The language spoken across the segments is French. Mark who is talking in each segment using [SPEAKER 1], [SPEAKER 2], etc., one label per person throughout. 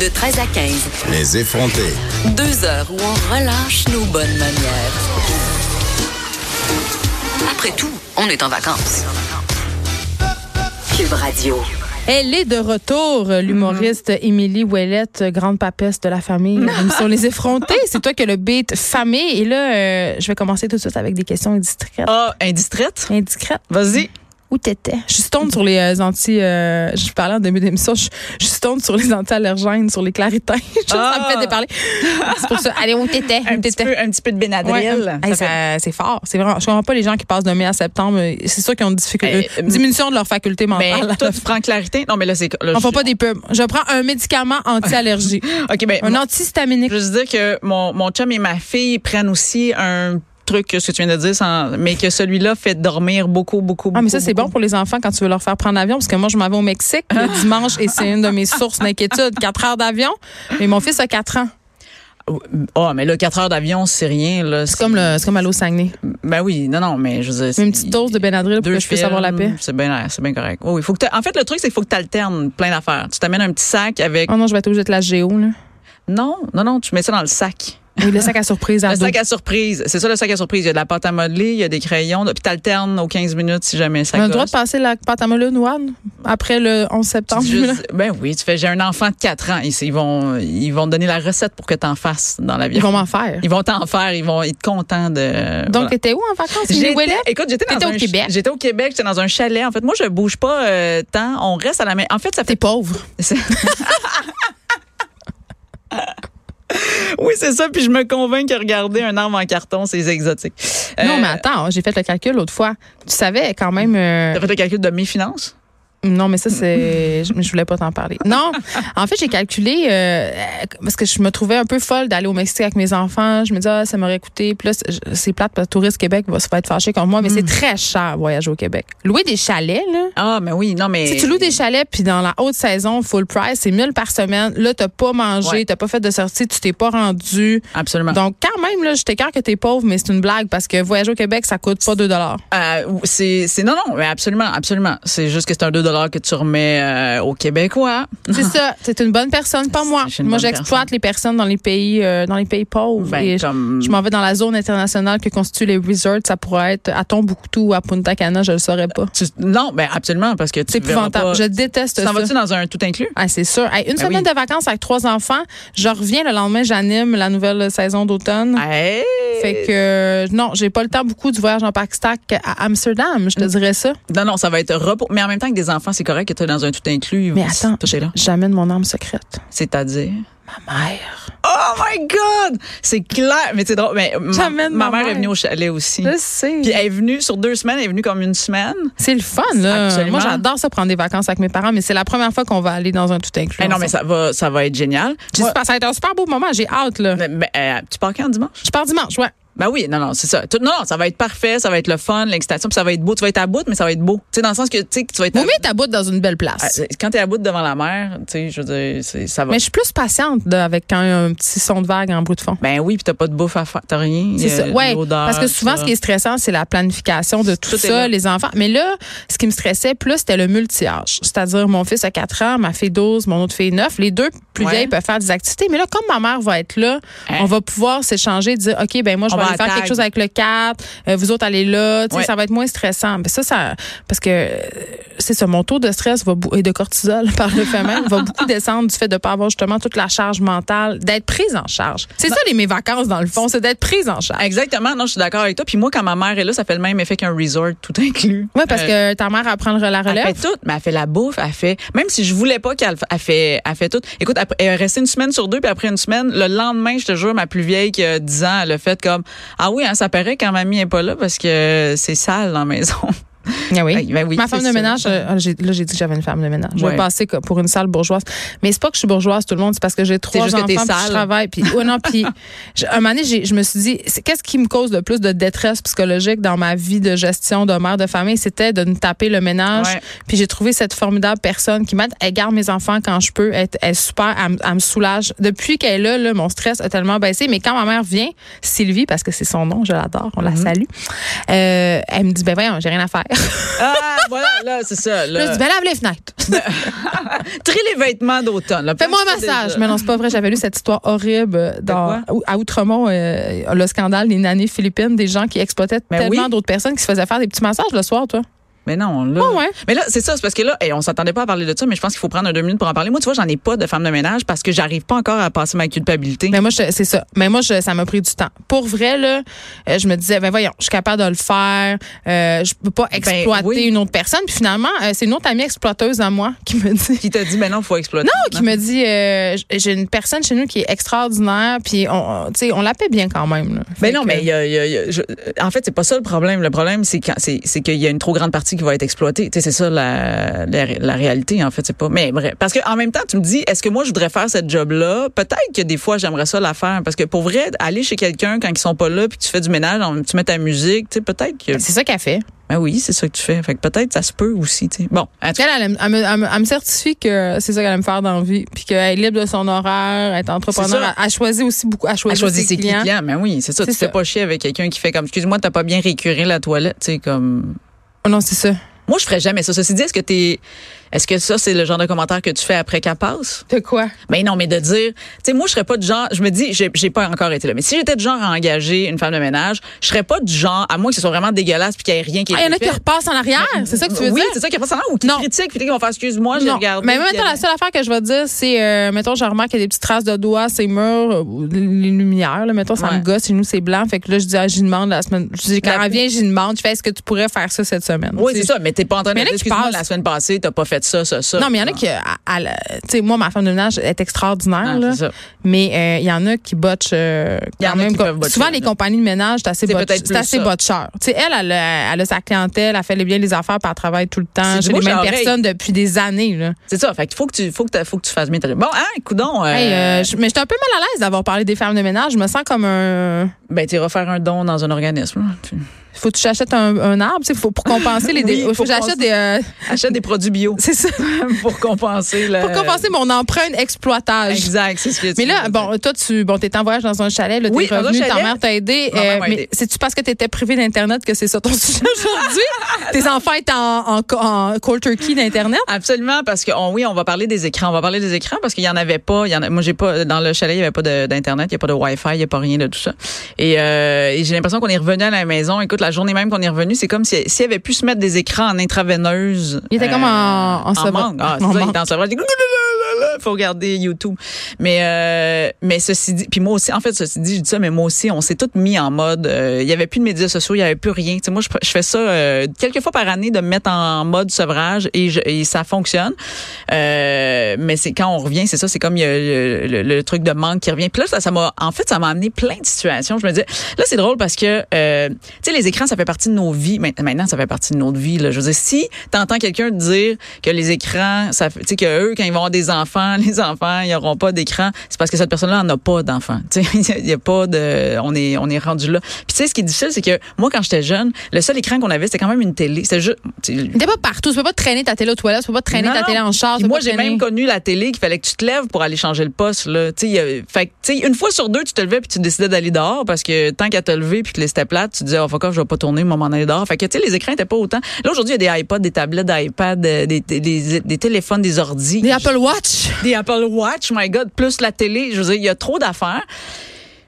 [SPEAKER 1] De 13 à 15,
[SPEAKER 2] Les effronter.
[SPEAKER 1] deux heures où on relâche nos bonnes manières. Après tout, on est en vacances. Cube Radio.
[SPEAKER 3] Elle est de retour,
[SPEAKER 4] Mm-hmm.
[SPEAKER 3] l'humoriste Émilie Ouellette, grande papesse de la famille.
[SPEAKER 4] Mm-hmm.
[SPEAKER 3] Sur les effrontés, c'est toi qui as le beat famille. Et là, euh, je vais commencer tout de suite avec des questions indiscrètes.
[SPEAKER 4] Ah, indistraite?
[SPEAKER 3] Indiscrètes?
[SPEAKER 4] Vas-y.
[SPEAKER 3] Où t'étais? Je tombe sur les euh, anti... euh, je parlais en début d'émission, je, je tombe sur les anti-allergènes, sur les claritins. Je- Ça me
[SPEAKER 4] Ah!
[SPEAKER 3] fait déparler. C'est pour ça. Allez, où t'étais?
[SPEAKER 4] Un
[SPEAKER 3] Où
[SPEAKER 4] petit,
[SPEAKER 3] t'étais?
[SPEAKER 4] peu, un petit peu de Benadryl.
[SPEAKER 3] Ouais. Hey,
[SPEAKER 4] Ça fait-
[SPEAKER 3] ça- c'est fort, c'est vraiment. Je comprends pas les gens qui passent de mai à septembre. C'est sûr qu'ils ont une difficu-
[SPEAKER 4] Hey,
[SPEAKER 3] euh, diminution de leur faculté mentale.
[SPEAKER 4] Ben, toi, tu prends clarité. Non, mais là, c'est. là,
[SPEAKER 3] On
[SPEAKER 4] Euh, je-
[SPEAKER 3] prend pas des pubs. Je prends un médicament anti-allergie.
[SPEAKER 4] OK, ben,
[SPEAKER 3] un
[SPEAKER 4] mon-
[SPEAKER 3] antihistaminique.
[SPEAKER 4] je veux juste dire que mon, mon chum et ma fille prennent aussi un truc, ce que tu viens de dire, sans- mais que celui-là fait dormir beaucoup, beaucoup,
[SPEAKER 3] Ah, mais ça,
[SPEAKER 4] beaucoup,
[SPEAKER 3] c'est bon
[SPEAKER 4] beaucoup.
[SPEAKER 3] pour les enfants quand tu veux leur faire prendre l'avion, parce que moi, je m'en vais au Mexique le dimanche et c'est une de mes sources d'inquiétude. Quatre heures d'avion, mais mon fils a quatre ans.
[SPEAKER 4] Ah, mais là, 4 heures d'avion, c'est rien. Là,
[SPEAKER 3] C'est comme, le, c'est comme aller au Saguenay.
[SPEAKER 4] Ben oui, non, non, mais je veux dire.
[SPEAKER 3] Une petite dose de Benadryl pour que je puisse
[SPEAKER 4] films,
[SPEAKER 3] avoir la paix.
[SPEAKER 4] C'est bien, c'est bien correct. Oui, oui, faut que t'a- en fait, le truc, c'est qu'il faut que tu alternes plein d'affaires. Tu t'amènes un petit sac avec.
[SPEAKER 3] Oh non, je vais être obligée de la géo, là.
[SPEAKER 4] Non, non, non, tu mets ça dans le sac.
[SPEAKER 3] Et le sac à surprise à
[SPEAKER 4] Le
[SPEAKER 3] dos.
[SPEAKER 4] sac à surprise. C'est ça, le sac à surprise. Il y a de la pâte à modeler, il y a des crayons. Puis t'alternes aux 15 minutes si jamais ça
[SPEAKER 3] On a le
[SPEAKER 4] gosse.
[SPEAKER 3] droit de passer la pâte à modeler noire après le 11
[SPEAKER 4] Tu
[SPEAKER 3] septembre.
[SPEAKER 4] dis juste, ben oui, tu fais, j'ai un enfant de 4 ans. Ils, ils vont, ils vont te donner la recette pour que t'en fasses dans l'avion.
[SPEAKER 3] Ils vont m'en faire.
[SPEAKER 4] Ils vont t'en faire, ils vont être contents de.
[SPEAKER 3] Donc,
[SPEAKER 4] voilà.
[SPEAKER 3] t'étais où en vacances? Émilie
[SPEAKER 4] J'étais-
[SPEAKER 3] Ouellet?
[SPEAKER 4] Écoute, j'étais dans
[SPEAKER 3] T'étais au
[SPEAKER 4] un-
[SPEAKER 3] Québec?
[SPEAKER 4] J'étais au Québec, j'étais dans un chalet. En fait, moi, je bouge pas euh, tant. On reste à la main. En fait, ça
[SPEAKER 3] T'es
[SPEAKER 4] fait.
[SPEAKER 3] pauvre.
[SPEAKER 4] oui, c'est ça. Puis je me convainc que regarder un arbre en carton, c'est exotique.
[SPEAKER 3] Non,
[SPEAKER 4] Euh,
[SPEAKER 3] mais attends, j'ai fait le calcul l'autre fois. Tu savais quand même. euh,
[SPEAKER 4] T'as fait le calcul de mes finances?
[SPEAKER 3] Non, mais ça, c'est. je, je voulais pas t'en parler. Non, en fait, j'ai calculé euh, parce que je me trouvais un peu folle d'aller au Mexique avec mes enfants. Je me disais, ah, ça m'aurait coûté. Puis là, c'est- c'est plate, parce que Tourisme Québec va se faire être fâché contre moi, mais c'est très cher voyager au Québec. Louer des chalets, là.
[SPEAKER 4] Ah, mais oui, non, mais.
[SPEAKER 3] Si tu loues des chalets, puis dans la haute saison, full price, c'est 1000 par semaine. Là, t'as pas mangé,
[SPEAKER 4] Ouais.
[SPEAKER 3] t'as pas fait de sortie, tu t'es pas rendu.
[SPEAKER 4] Absolument.
[SPEAKER 3] Donc, quand même, là, je t'écarte que t'es pauvre, mais c'est une blague parce que voyager au Québec, ça coûte pas 2
[SPEAKER 4] Euh, c'est, c'est- non, non, mais absolument, absolument. C'est juste que c'est un 2 que tu remets euh, aux Québécois.
[SPEAKER 3] C'est ça. C'est une bonne personne, pas moi.
[SPEAKER 4] Je suis une
[SPEAKER 3] Moi,
[SPEAKER 4] bonne
[SPEAKER 3] j'exploite les personnes dans les pays, euh, dans les pays pauvres.
[SPEAKER 4] Ben,
[SPEAKER 3] Et je-
[SPEAKER 4] comme-
[SPEAKER 3] Je m'en vais dans la zone internationale que constituent les resorts. Ça pourrait être à Tombouctou ou à Punta Cana, je le saurais pas.
[SPEAKER 4] Tu- non, ben absolument, parce que tu
[SPEAKER 3] C'est
[SPEAKER 4] verras
[SPEAKER 3] épouvantable.
[SPEAKER 4] pas-
[SPEAKER 3] Je déteste
[SPEAKER 4] Tu
[SPEAKER 3] ça.
[SPEAKER 4] t'en vas-tu dans un tout inclus?
[SPEAKER 3] Ah, c'est sûr. Hey, une
[SPEAKER 4] Ben
[SPEAKER 3] semaine
[SPEAKER 4] oui.
[SPEAKER 3] de vacances avec trois enfants. Je reviens le lendemain, j'anime la nouvelle saison d'automne.
[SPEAKER 4] Hey!
[SPEAKER 3] Mm. Fait que euh, non, j'ai pas le temps beaucoup du voyage en Pakistan à Amsterdam,
[SPEAKER 4] Mm.
[SPEAKER 3] je te dirais ça.
[SPEAKER 4] Non, non, ça va être repos. Mais en même temps que des enfants, c'est correct que tu es dans un tout inclus.
[SPEAKER 3] Mais attends,
[SPEAKER 4] Tout est là.
[SPEAKER 3] j'amène mon âme secrète.
[SPEAKER 4] C'est-à-dire.
[SPEAKER 3] Ma mère.
[SPEAKER 4] Oh my God! C'est clair! Mais c'est drôle. Mais ma,
[SPEAKER 3] J'amène
[SPEAKER 4] ma
[SPEAKER 3] ma
[SPEAKER 4] mère est
[SPEAKER 3] mère.
[SPEAKER 4] venue au chalet aussi.
[SPEAKER 3] Je sais.
[SPEAKER 4] Puis elle est venue sur deux semaines, elle est venue comme une semaine.
[SPEAKER 3] C'est le fun, là.
[SPEAKER 4] Absolument.
[SPEAKER 3] Moi, j'adore ça, prendre des vacances avec mes parents, mais c'est la première fois qu'on va aller dans un tout inclus.
[SPEAKER 4] Eh non, mais
[SPEAKER 3] ensemble.
[SPEAKER 4] ça va, ça va être génial.
[SPEAKER 3] J'espère- ça va être un super beau moment. J'ai hâte, là.
[SPEAKER 4] Mais- mais, euh, tu pars quand dimanche?
[SPEAKER 3] Je pars dimanche, ouais.
[SPEAKER 4] Ben oui, non, non, c'est ça. Tout- non, non, ça va être parfait, ça va être le fun, l'excitation, puis ça va être beau. Tu vas être à bout, mais ça va être beau. Tu sais, dans le sens que, tu sais, que tu vas être.
[SPEAKER 3] Vous
[SPEAKER 4] à-
[SPEAKER 3] mettez ta bout dans une belle
[SPEAKER 4] à- euh,
[SPEAKER 3] place.
[SPEAKER 4] quand t'es à bout devant la mer, tu sais, je veux dire, c'est- ça va.
[SPEAKER 3] Mais je suis plus patiente de- avec quand il y a un petit son de vague en bout de fond.
[SPEAKER 4] ben oui, puis t'as pas de bouffe à faire, t'as rien.
[SPEAKER 3] C'est ça.
[SPEAKER 4] euh,
[SPEAKER 3] Ouais,
[SPEAKER 4] l'odeur,
[SPEAKER 3] parce que souvent,
[SPEAKER 4] ça.
[SPEAKER 3] ce qui est stressant, c'est la planification de tout,
[SPEAKER 4] Tout est
[SPEAKER 3] ça,
[SPEAKER 4] là.
[SPEAKER 3] les enfants. Mais là, ce qui me stressait plus, c'était le multi-âge. C'est-à-dire, mon fils a 4 ans, ma fille 12, mon autre fille 9. Les deux plus
[SPEAKER 4] Ouais.
[SPEAKER 3] vieilles peuvent faire des activités. Mais là, comme ma mère va être là,
[SPEAKER 4] Hein?
[SPEAKER 3] on va pouvoir s'échanger, dire, OK, ben moi, je
[SPEAKER 4] On
[SPEAKER 3] vais
[SPEAKER 4] va
[SPEAKER 3] aller
[SPEAKER 4] à
[SPEAKER 3] faire
[SPEAKER 4] tag.
[SPEAKER 3] quelque chose avec le 4, euh, vous autres, allez là. Tu sais,
[SPEAKER 4] Ouais.
[SPEAKER 3] Ça va être moins stressant. Mais ça, ça, parce que euh, c'est ça, mon taux de stress va bou- et de cortisol par le fait même va beaucoup descendre du fait de ne pas avoir justement toute la charge mentale, d'être prise en charge. C'est
[SPEAKER 4] Bah
[SPEAKER 3] ça, les mes vacances, dans le fond, c'est d'être prise en charge.
[SPEAKER 4] Exactement, non, je suis d'accord avec toi. Puis moi, quand ma mère est là, ça fait le même effet qu'un resort tout inclus.
[SPEAKER 3] Oui, parce
[SPEAKER 4] Euh,
[SPEAKER 3] que ta mère apprend le- la relève.
[SPEAKER 4] Elle fait tout, mais elle fait la bouffe, elle fait. Même si je voulais pas qu'elle f- elle fait, elle fait tout. Écoute, après- elle est restée une semaine sur deux, puis après une semaine, le lendemain, je te jure, ma plus vieille qui a 10 ans, elle a fait comme Ah oui, hein, ça paraît quand mamie est pas là parce que c'est sale dans la maison.
[SPEAKER 3] Ah oui.
[SPEAKER 4] Hey, ben oui,
[SPEAKER 3] Ma femme
[SPEAKER 4] c'est
[SPEAKER 3] de
[SPEAKER 4] ça.
[SPEAKER 3] ménage, euh, ah, j'ai- là, j'ai dit que j'avais une femme de ménage. Je
[SPEAKER 4] Ouais.
[SPEAKER 3] vais passer co- pour une salle bourgeoise. Mais c'est pas que je suis bourgeoise, tout le monde. C'est parce que j'ai trois
[SPEAKER 4] juste que
[SPEAKER 3] enfants,
[SPEAKER 4] t'es
[SPEAKER 3] puis
[SPEAKER 4] sale.
[SPEAKER 3] je travaille. Puis, ouais, non, puis, j'ai- un moment donné, j'ai- je me suis dit, c'est- qu'est-ce qui me cause le plus de détresse psychologique dans ma vie de gestion de mère de famille? C'était de me taper le ménage.
[SPEAKER 4] Ouais.
[SPEAKER 3] Puis j'ai trouvé cette formidable personne qui m'aide. Elle garde mes enfants quand je peux. Elle, elle est super. Elle, me- elle me soulage. Depuis qu'elle est là, là, mon stress a tellement baissé. Mais quand ma mère vient, Sylvie, parce que c'est son nom, je l'adore, on
[SPEAKER 4] Mm-hmm.
[SPEAKER 3] la salue, euh, elle me dit, ben voyons, j'ai rien à faire.
[SPEAKER 4] Ah, voilà, là, c'est
[SPEAKER 3] Là,
[SPEAKER 4] ça.
[SPEAKER 3] je
[SPEAKER 4] Là.
[SPEAKER 3] dis, ben lave les fenêtres.
[SPEAKER 4] Trie les vêtements d'automne. là.
[SPEAKER 3] Fais-moi un
[SPEAKER 4] Pense-toi
[SPEAKER 3] massage.
[SPEAKER 4] déjà.
[SPEAKER 3] Mais non, c'est pas vrai. J'avais lu cette histoire horrible euh, dans,
[SPEAKER 4] De
[SPEAKER 3] ou- à Outremont, euh, le scandale des nannies philippines, des gens qui exploitaient
[SPEAKER 4] Ben
[SPEAKER 3] tellement
[SPEAKER 4] oui.
[SPEAKER 3] d'autres personnes qui se faisaient faire des petits massages le soir, toi.
[SPEAKER 4] Mais non, là.
[SPEAKER 3] Ah ouais.
[SPEAKER 4] Mais là, c'est ça, c'est parce que là, hey, on s'attendait pas à parler de ça, mais je pense qu'il faut prendre un deux minutes pour en parler. Moi, tu vois, j'en ai pas de femme de ménage parce que j'arrive pas encore à passer ma culpabilité.
[SPEAKER 3] Mais moi, je- c'est ça. Mais moi, je- ça m'a pris du temps. Pour vrai, là, euh, je me disais, ben voyons, je suis capable de le faire. Euh, je peux pas exploiter
[SPEAKER 4] Ben oui.
[SPEAKER 3] une autre personne. Puis finalement, euh, c'est une autre amie exploiteuse à moi qui me dit.
[SPEAKER 4] Qui t'a dit, mais non, faut exploiter.
[SPEAKER 3] Non, qui me dit, euh, j- j'ai une personne chez nous qui est extraordinaire, puis on, on- tu sais, on l'appelle bien quand même. là.
[SPEAKER 4] Mais
[SPEAKER 3] Fait
[SPEAKER 4] Ben non,
[SPEAKER 3] que-
[SPEAKER 4] mais il y a- il y a- il y a- je- en fait, c'est pas ça le problème. Le problème, c'est quand- c'est c'est qu'il y a une trop grande partie qui va être exploitée. Tu sais, c'est ça la, la, la réalité, en fait. C'est pas. Mais bref, parce que en même temps, tu me dis, est-ce que moi je voudrais faire cette job-là Peut-être que des fois, j'aimerais ça la faire, parce que pour vrai, aller chez quelqu'un quand ils sont pas là, puis que tu fais du ménage, on- tu mets ta musique, tu sais, peut-être que.
[SPEAKER 3] C'est ça qu'elle fait.
[SPEAKER 4] Ben oui, c'est ça que tu fais. Fait que peut-être ça se peut aussi. tu sais. Bon, en tout
[SPEAKER 3] Elle, elle, aime- elle me, elle me- elle me certifie que c'est ça qu'elle aime faire dans la vie, puis qu'elle est libre de son horaire, elle est
[SPEAKER 4] C'est
[SPEAKER 3] entrepreneur,
[SPEAKER 4] ça.
[SPEAKER 3] elle, elle choisit aussi beaucoup, elle
[SPEAKER 4] Elle
[SPEAKER 3] choisit,
[SPEAKER 4] choisit ses clients. mais ben oui, c'est ça.
[SPEAKER 3] C'est
[SPEAKER 4] Tu te fais
[SPEAKER 3] ça.
[SPEAKER 4] pas chier avec quelqu'un qui fait comme, excuse-moi, t'as pas bien récuré la toilette, tu sais, comme.
[SPEAKER 3] Oh non, c'est ça.
[SPEAKER 4] Moi, je ferais jamais ça. Ceci dit, est-ce que t'es, est-ce que ça, c'est le genre de commentaire que tu fais après qu'elle passe?
[SPEAKER 3] De quoi?
[SPEAKER 4] Ben non, mais de dire, tu sais, moi, je serais pas du genre, je me dis, j'ai j'ai pas encore été là, mais si j'étais du genre à engager une femme de ménage, je serais pas du genre, à moins que ce soit vraiment dégueulasse puis qu'il y ait rien qui
[SPEAKER 3] Ah,
[SPEAKER 4] ait
[SPEAKER 3] il y en a
[SPEAKER 4] été
[SPEAKER 3] qui
[SPEAKER 4] fait.
[SPEAKER 3] repassent en arrière, c'est ça que tu veux
[SPEAKER 4] oui,
[SPEAKER 3] dire?
[SPEAKER 4] c'est ça qui passe en l'air, ou qui
[SPEAKER 3] Non.
[SPEAKER 4] critique puis qui vont faire, excuse-moi, je l'ai
[SPEAKER 3] Non.
[SPEAKER 4] regardé.
[SPEAKER 3] Mais en même
[SPEAKER 4] puis
[SPEAKER 3] temps, la seule affaire que je vais te dire, c'est, euh, mettons, je remarque qu'il y a des petites traces de doigts, c'est murs, euh, ou les lumières, là, mettons, ça
[SPEAKER 4] Ouais.
[SPEAKER 3] me gosse, chez nous, c'est blanc. Fait que là, je dis, ah, j'y demande la semaine. Je dis, quand
[SPEAKER 4] La-
[SPEAKER 3] elle vient, j'y demande, je fais, est-ce que tu pourrais faire ça cette semaine?
[SPEAKER 4] Oui,
[SPEAKER 3] Tu sais,
[SPEAKER 4] c'est ça, mais t'es pas en train de
[SPEAKER 3] Mais
[SPEAKER 4] dire,
[SPEAKER 3] là, qui
[SPEAKER 4] excuse-moi,
[SPEAKER 3] passe.
[SPEAKER 4] la semaine passée, t'as pas fait ça, ça, ça.
[SPEAKER 3] Non, mais il y en a qui, euh, à- à la- tu sais, moi, ma femme de ménage est extraordinaire,
[SPEAKER 4] Ah,
[SPEAKER 3] là.
[SPEAKER 4] c'est ça.
[SPEAKER 3] Mais euh, il y en a qui botchent euh,
[SPEAKER 4] Il y en
[SPEAKER 3] quand
[SPEAKER 4] a
[SPEAKER 3] même.
[SPEAKER 4] qui
[SPEAKER 3] comme-
[SPEAKER 4] peuvent botcher,
[SPEAKER 3] souvent,
[SPEAKER 4] là.
[SPEAKER 3] les compagnies de ménage, c'est assez,
[SPEAKER 4] C'est
[SPEAKER 3] botch,
[SPEAKER 4] peut-être
[SPEAKER 3] c'est
[SPEAKER 4] plus
[SPEAKER 3] assez
[SPEAKER 4] ça.
[SPEAKER 3] botcheur. Tu sais, elle, elle, a- elle a sa clientèle, elle fait les- bien les affaires, puis elle travaille tout le temps
[SPEAKER 4] C'est du
[SPEAKER 3] chez les
[SPEAKER 4] bouche à
[SPEAKER 3] mêmes
[SPEAKER 4] oreille.
[SPEAKER 3] personnes depuis des années. Là.
[SPEAKER 4] C'est ça. Fait qu'il faut que tu, faut que t'a- faut que tu fasses bien. ta- Bon, hein, coudon.
[SPEAKER 3] Hey, euh, je- mais j'étais un peu mal à l'aise d'avoir parlé des femmes de ménage. Je me sens comme un...
[SPEAKER 4] ben, t'iras faire un don dans un organisme. hein. Tu-
[SPEAKER 3] Faut que j'achète un, un arbre, tu sais, faut, pour compenser les...
[SPEAKER 4] Oui,
[SPEAKER 3] dé- faut
[SPEAKER 4] pour
[SPEAKER 3] que j'achète des... euh,
[SPEAKER 4] Achète des produits bio
[SPEAKER 3] c'est ça,
[SPEAKER 4] pour compenser. La...
[SPEAKER 3] pour compenser mon empreinte exploitage.
[SPEAKER 4] Euh. Exact, c'est ce que tu
[SPEAKER 3] Mais là, bon, toi, tu bon, t'es en voyage dans un chalet, là, t'es
[SPEAKER 4] Oui, dans un
[SPEAKER 3] revenu, ta
[SPEAKER 4] chalet.
[SPEAKER 3] mère t'a aidé. euh,
[SPEAKER 4] Ma mère m'a aidé.
[SPEAKER 3] mais c'est-tu parce que t'étais privé d'Internet que c'est ça ton sujet aujourd'hui? Tes enfants étaient en, en, co- en cold turkey d'Internet?
[SPEAKER 4] Absolument, parce que on- oui, on va parler des écrans. On va parler des écrans parce qu'il y en avait pas. Il y en a, moi, j'ai pas dans le chalet, il y avait pas de- d'internet, il y a pas de Wi-Fi, il y a pas rien de tout ça. Et, euh, et j'ai l'impression qu'on est revenu à la maison. Écoute, la journée même qu'on est revenu, c'est comme si s'il avait pu se mettre des écrans en intraveineuse.
[SPEAKER 3] Il était comme en- en
[SPEAKER 4] en
[SPEAKER 3] sevrage.
[SPEAKER 4] mangue. Ah, c'est
[SPEAKER 3] En
[SPEAKER 4] ça, il
[SPEAKER 3] mangue.
[SPEAKER 4] était en sevrage. Il dit, Goulalala, Faut regarder YouTube. Mais euh, mais ceci dit, puis moi aussi, en fait, ceci dit, je dis ça, mais moi aussi, on s'est toutes mis en mode. euh, il y avait plus de médias sociaux, il y avait plus rien. Tu sais, moi, je, je fais ça euh, quelques fois par année de me mettre en mode sevrage et, je- et ça fonctionne. Euh, mais c'est quand on revient, c'est ça, c'est comme il y a le, le- le truc de manque qui revient. Puis là, ça, ça m'a, en fait, ça m'a amené plein de situations. Je me disais, là, c'est drôle parce que, euh, tu sais, les écrans, ça fait partie de nos vies. Maint- Maintenant, ça fait partie de notre vie. Là. Je veux dire, si t'entends quelqu'un dire que les écrans, ça, fait- tu sais, que eux, quand ils vont avoir des enfants, les enfants, ils n'auront pas d'écran, c'est parce que cette personne-là en a pas d'enfants. Tu sais, il y a- il y a pas de, on est, on est rendu là. Puis tu sais, ce qui est difficile, c'est que moi, quand j'étais jeune, le seul écran qu'on avait, c'était quand même une télé. C'était juste, tu sais,
[SPEAKER 3] T'es pas partout, tu peux pas traîner ta télé aux toilettes, tu peux pas traîner
[SPEAKER 4] non,
[SPEAKER 3] ta
[SPEAKER 4] non.
[SPEAKER 3] télé en charge.
[SPEAKER 4] Puis moi, j'ai même connu la télé qu'il fallait que tu te lèves pour aller changer le poste. Là. Tu sais, il y a- fait, que, tu sais, une fois sur deux, tu te levais puis tu décidais d'aller dehors parce que tant qu'à te lever puis que c'était plate, tu disais, oh fuck off, je vais pas tourner, moi, m'en aller dehors. Fait que, tu sais, les écrans étaient pas autant. Là, aujourd'hui, il y a des iPods, des tablettes d'iPad, euh, des, des, des- des téléphones, des ordis.
[SPEAKER 3] Des Apple Watch.
[SPEAKER 4] Des Apple Watch, my God, plus la télé. Je veux dire, il y a trop d'affaires.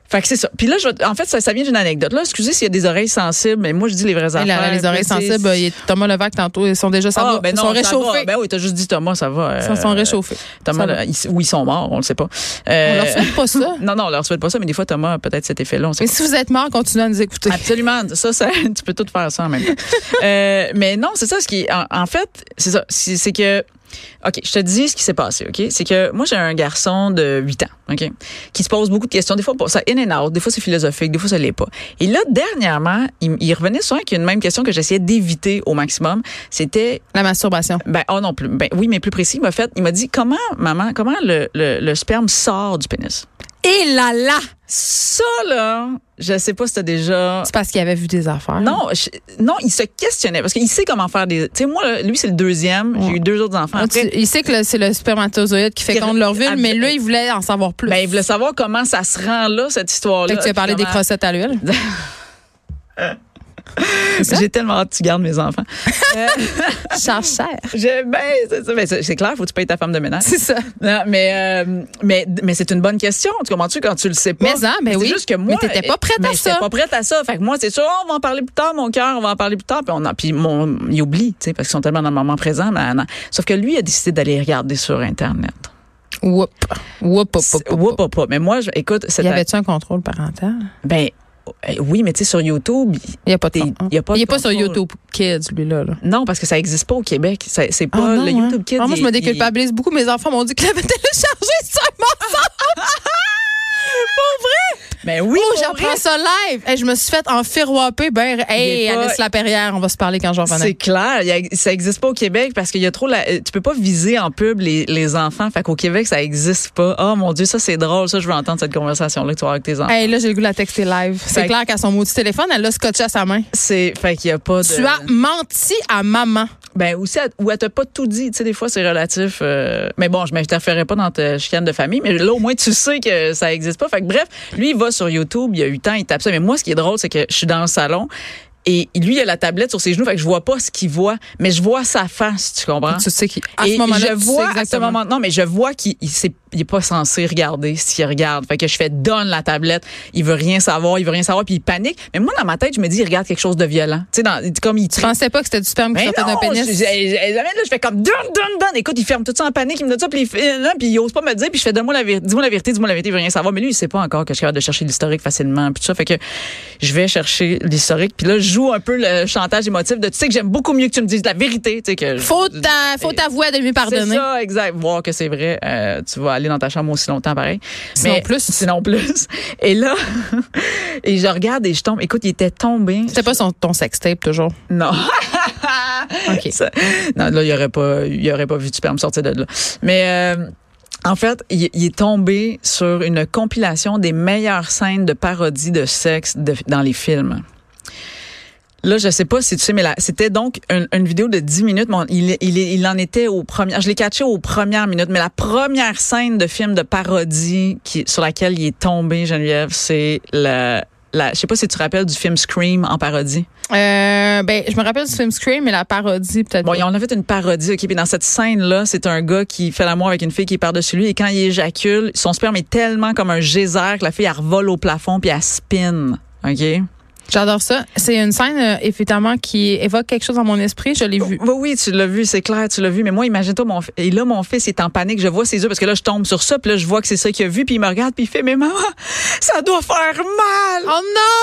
[SPEAKER 4] Fait que c'est ça. Puis là, je vais- en fait, ça, ça vient d'une anecdote. Là, excusez s'il y a des oreilles sensibles, mais moi, je dis les vraies
[SPEAKER 3] Hey,
[SPEAKER 4] affaires.
[SPEAKER 3] là, les
[SPEAKER 4] Puis
[SPEAKER 3] oreilles
[SPEAKER 4] là, tu sais,
[SPEAKER 3] sensibles, il y a Thomas Levac tantôt, ils sont déjà ça
[SPEAKER 4] ah,
[SPEAKER 3] va,
[SPEAKER 4] ben
[SPEAKER 3] ils
[SPEAKER 4] non,
[SPEAKER 3] sont
[SPEAKER 4] ça va.
[SPEAKER 3] réchauffés.
[SPEAKER 4] Ben oui, t'as juste dit Thomas, ça va.
[SPEAKER 3] Ils sont
[SPEAKER 4] euh,
[SPEAKER 3] réchauffés.
[SPEAKER 4] Thomas,
[SPEAKER 3] Ça va.
[SPEAKER 4] là, ils- ou ils sont morts, on le sait pas. Euh,
[SPEAKER 3] On leur souhaite pas ça.
[SPEAKER 4] Non, non, on leur souhaite pas ça, mais des fois, Thomas a peut-être cet effet-là, on sait
[SPEAKER 3] Mais
[SPEAKER 4] pas.
[SPEAKER 3] si vous êtes mort, continuez à nous écouter.
[SPEAKER 4] Absolument, ça, ça, tu peux tout faire ça en même temps. Euh, mais non, c'est ça ce qui, en, en fait, c'est ça, c'est c'est que OK, je te dis ce qui s'est passé, OK? C'est que moi, j'ai un garçon de 8 ans, OK? Qui se pose beaucoup de questions. Des fois, ça in and out. Des fois, c'est philosophique. Des fois, ça l'est pas. Et là, dernièrement, il, il revenait souvent avec une même question que j'essayais d'éviter au maximum. C'était
[SPEAKER 3] La masturbation.
[SPEAKER 4] ben, oh non, plus, ben oui, mais plus précis, il m'a fait, il m'a dit comment, maman, comment le, le, le sperme sort du pénis?
[SPEAKER 3] Et là là!
[SPEAKER 4] Ça, là, je sais pas si t'as déjà.
[SPEAKER 3] C'est parce qu'il avait vu des affaires.
[SPEAKER 4] Non, je- non, il se questionnait parce qu'il sait comment faire des. Tu sais, moi, là, lui, c'est le deuxième. J'ai eu deux autres enfants.
[SPEAKER 3] Ah, tu-
[SPEAKER 4] Après,
[SPEAKER 3] il sait que le- c'est le spermatozoïde qui féconde
[SPEAKER 4] Qui-
[SPEAKER 3] leur ville,
[SPEAKER 4] Ah,
[SPEAKER 3] mais
[SPEAKER 4] mais-
[SPEAKER 3] là, il voulait en savoir plus.
[SPEAKER 4] ben, il voulait savoir comment ça se rend là, cette histoire-là.
[SPEAKER 3] Fait que tu as parlé des
[SPEAKER 4] Comment-
[SPEAKER 3] crossettes à l'huile. ça?
[SPEAKER 4] J'ai tellement hâte que tu gardes mes enfants.
[SPEAKER 3] Charge cher.
[SPEAKER 4] Je- ben, c'est ça, ben, c'est c'est clair, faut que tu payes ta femme de ménage.
[SPEAKER 3] C'est ça.
[SPEAKER 4] Non, mais, euh, mais, mais c'est une bonne question. Tu comprends-tu quand tu le sais pas?
[SPEAKER 3] Mais ça, ben
[SPEAKER 4] C'est
[SPEAKER 3] oui.
[SPEAKER 4] juste que moi.
[SPEAKER 3] Mais t'étais pas prête
[SPEAKER 4] mais
[SPEAKER 3] à
[SPEAKER 4] j'étais
[SPEAKER 3] ça.
[SPEAKER 4] pas prête à ça. Fait que moi, c'est sûr, on va en parler plus tard, mon cœur, on va en parler plus tard. Puis, on a, puis mon, il oublie, tu sais, parce qu'ils sont tellement dans le moment présent. nan, nan. Sauf que lui, il a décidé d'aller regarder sur Internet.
[SPEAKER 3] Whoop. Whoop, whoop,
[SPEAKER 4] C'est-
[SPEAKER 3] whoop, whoop.
[SPEAKER 4] Oups, oups, oups. Mais moi, je, écoute,
[SPEAKER 3] Il
[SPEAKER 4] cette
[SPEAKER 3] Y avait-tu un contrôle parental?
[SPEAKER 4] Ben, euh, oui, mais tu sais, sur YouTube, il-
[SPEAKER 3] Il n'y a pas de
[SPEAKER 4] T'es-
[SPEAKER 3] contrôle.
[SPEAKER 4] y a pas de
[SPEAKER 3] Il est pas sur
[SPEAKER 4] contrôle.
[SPEAKER 3] YouTube Kids, lui-là. là.
[SPEAKER 4] non, parce que ça existe pas au Québec. Ça- C'est pas
[SPEAKER 3] Ah, non,
[SPEAKER 4] le
[SPEAKER 3] hein?
[SPEAKER 4] YouTube Kids.
[SPEAKER 3] Ah, moi, je
[SPEAKER 4] il-
[SPEAKER 3] me
[SPEAKER 4] il-
[SPEAKER 3] déculpabilise beaucoup. Mes enfants m'ont dit que j'avais téléchargé ça.
[SPEAKER 4] Ben oui,
[SPEAKER 3] Oh,
[SPEAKER 4] pour vrai.
[SPEAKER 3] j'apprends ça live. Hey, je me suis fait en firwapper. Ben, hey,
[SPEAKER 4] Il est pas-
[SPEAKER 3] Alice Laperrière, on va se parler quand j'en
[SPEAKER 4] C'est
[SPEAKER 3] revenais.
[SPEAKER 4] clair, il y a- ça existe pas au Québec parce qu'il y a trop la euh, tu peux pas viser en pub les, les enfants, fait qu'au Québec ça existe pas. Oh mon dieu, ça c'est drôle, ça je veux entendre cette conversation là que tu vas avoir avec tes enfants.
[SPEAKER 3] Hey, là, j'ai le goût de la texter live. C'est
[SPEAKER 4] Fait-
[SPEAKER 3] clair qu'à son maudit téléphone, elle l'a scotché à sa main.
[SPEAKER 4] C'est fait qu'il y a pas de
[SPEAKER 3] Tu as menti à maman.
[SPEAKER 4] ben aussi elle- ou elle t'a pas tout dit, tu sais des fois c'est relatif euh, mais bon, je m'interférerai pas dans ta chicane de famille, mais là au moins tu sais que ça existe pas. Fait que bref, lui il va sur YouTube, il y a eu temps, il tape ça, mais moi ce qui est drôle c'est que je suis dans le salon et lui il a la tablette sur ses genoux, fait que je vois pas ce qu'il voit, mais je vois sa face, tu comprends
[SPEAKER 3] Tu sais qui. À
[SPEAKER 4] Ah. et
[SPEAKER 3] ce moment-là,
[SPEAKER 4] je
[SPEAKER 3] tu sais
[SPEAKER 4] vois à ce
[SPEAKER 3] exactement.
[SPEAKER 4] moment non mais je vois qu'il il, s'est- il est pas censé regarder s'il regarde fait que je fais donne la tablette il veut rien savoir il veut rien savoir puis il panique mais moi dans ma tête je me dis il regarde quelque chose de violent tu sais dans- comme il
[SPEAKER 3] Je pensais pas que c'était du sperme qui
[SPEAKER 4] mais
[SPEAKER 3] sortait d'un
[SPEAKER 4] non,
[SPEAKER 3] pénis.
[SPEAKER 4] je- je- je- jamais, là, je fais comme donne donne donne écoute il ferme tout ça en panique il me donne ça puis il, fait- là, puis il ose pas me le dire puis je fais donne-moi la vérité dis-moi la vérité dis-moi la vérité il veut rien savoir mais lui il sait pas encore que je suis capable de chercher l'historique facilement puis tout ça fait que je vais chercher l'historique puis là je joue un peu le chantage émotif de tu sais que j'aime beaucoup mieux que tu me dises la vérité tu sais que je-
[SPEAKER 3] Faut t'a- faut t'avouer à
[SPEAKER 4] c'est
[SPEAKER 3] demi-pardonner.
[SPEAKER 4] ça, exact. Voir que c'est vrai, euh, tu vas aller dans ta chambre aussi longtemps, pareil.
[SPEAKER 3] Sinon plus.
[SPEAKER 4] Sinon plus. Et là, et je regarde et je tombe. Écoute, il était tombé.
[SPEAKER 3] C'était pas son, ton sextape, toujours.
[SPEAKER 4] Non.
[SPEAKER 3] OK.
[SPEAKER 4] Ça- non, là, il aurait pas, il aurait pas vu du me sortir de là. Mais, euh, en fait, il, il est tombé sur une compilation des meilleures scènes de parodie de sexe de- dans les films. Là, je sais pas si tu sais, mais là, c'était donc une, une vidéo de 10 minutes. mais on- il, il, il en était au premier. Je l'ai catché aux premières minutes, mais la première scène de film de parodie qui, sur laquelle il est tombé, Geneviève, c'est la, la. Je sais pas si tu te rappelles du film Scream en parodie.
[SPEAKER 3] Euh, ben, je me rappelle du film Scream, mais la parodie, peut-être.
[SPEAKER 4] Bon,
[SPEAKER 3] pas.
[SPEAKER 4] et on a fait une parodie, OK? Puis dans cette scène-là, c'est un gars qui fait l'amour avec une fille qui est par-dessus lui et quand il éjacule, son sperme est tellement comme un geyser que la fille, elle revole au plafond puis elle spin. OK?
[SPEAKER 3] J'adore ça. C'est une scène, euh, évidemment, qui évoque quelque chose dans mon esprit. Je l'ai vu.
[SPEAKER 4] Oui, oui, tu l'as vu, c'est clair, tu l'as vu. Mais moi, imagine-toi, mon, fi- et là, mon fils est en panique. Je vois ses yeux parce que là, je tombe sur ça puis là, je vois que c'est ça qu'il a vu puis il me regarde puis il fait, mais maman, ça doit faire mal!
[SPEAKER 3] Oh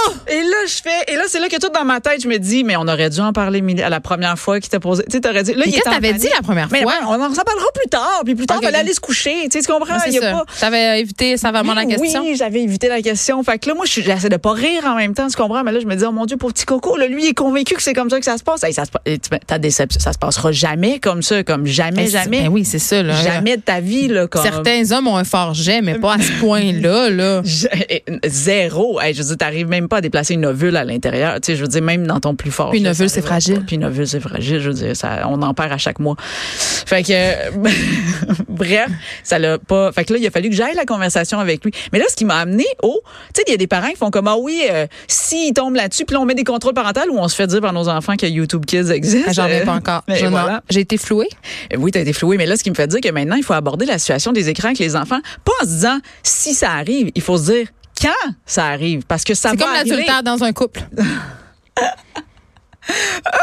[SPEAKER 3] non!
[SPEAKER 4] Et là, je fais, et là, c'est là que tout dans ma tête, je me dis, mais on aurait dû en parler Milly, à la première fois qu'il t'a posé. Tu sais, t'aurais dit, là,
[SPEAKER 3] Mais
[SPEAKER 4] il est
[SPEAKER 3] qu'est-ce
[SPEAKER 4] en
[SPEAKER 3] que t'avais dit
[SPEAKER 4] panique.
[SPEAKER 3] la première
[SPEAKER 4] Mais
[SPEAKER 3] fois?
[SPEAKER 4] ouais, on en s'en parlera plus tard. Puis plus tard,
[SPEAKER 3] Ok,
[SPEAKER 4] il fallait
[SPEAKER 3] ok.
[SPEAKER 4] aller se coucher. Tu sais, tu comprends?
[SPEAKER 3] Ouais, Ah, c'est
[SPEAKER 4] Il y
[SPEAKER 3] ça.
[SPEAKER 4] a pas-
[SPEAKER 3] T'avais évité savamment la
[SPEAKER 4] Oui,
[SPEAKER 3] question.
[SPEAKER 4] Oui, j'avais évité la question. Fait que là, moi, je suis- j'essaie de pas rire en même temps, tu comprends? Mais là, je me dis, oh mon Dieu, pour petit coco, là, lui, il est convaincu que c'est comme ça que ça se passe. Hey, ça se, pa- hey, tu- ta déception, ça se passera jamais comme ça, comme jamais,
[SPEAKER 3] Ben, c'est-
[SPEAKER 4] jamais.
[SPEAKER 3] ben oui, c'est ça, là.
[SPEAKER 4] jamais de ta vie, là, comme.
[SPEAKER 3] Certains hommes ont un fort jet, mais pas à ce point-là, là.
[SPEAKER 4] Je- eh, zéro. Hey, je veux dire, t'arrives même pas à déplacer une ovule à l'intérieur. Tu sais, je veux dire, même dans ton plus fort.
[SPEAKER 3] Puis une
[SPEAKER 4] ça,
[SPEAKER 3] ovule,
[SPEAKER 4] ça
[SPEAKER 3] c'est
[SPEAKER 4] arrivera
[SPEAKER 3] fragile.
[SPEAKER 4] pas. Puis une ovule, c'est fragile. Je veux dire, ça, on en perd à chaque mois. Fait que, euh, bref, ça l'a pas. Fait que là, il a fallu que j'aille la conversation avec lui. Mais là, ce qui m'a amené au, tu sais, il y a des parents qui font comme, ah oui, euh, s'ils tombent là-dessus, puis là, on met des contrôles parentaux ou on se fait dire par nos enfants que YouTube Kids existe.
[SPEAKER 3] Ah, J'en reviens pas encore.
[SPEAKER 4] Mais
[SPEAKER 3] Je n'en-
[SPEAKER 4] voilà.
[SPEAKER 3] J'ai été flouée.
[SPEAKER 4] Euh, Oui, t'as été floué, mais là, ce qui me fait dire que maintenant, il faut aborder la situation des écrans avec les enfants, pas en se disant si ça arrive, il faut se dire quand ça arrive, parce que ça
[SPEAKER 3] C'est
[SPEAKER 4] va
[SPEAKER 3] comme
[SPEAKER 4] arriver.
[SPEAKER 3] l'adultère dans un couple.
[SPEAKER 4] Ah,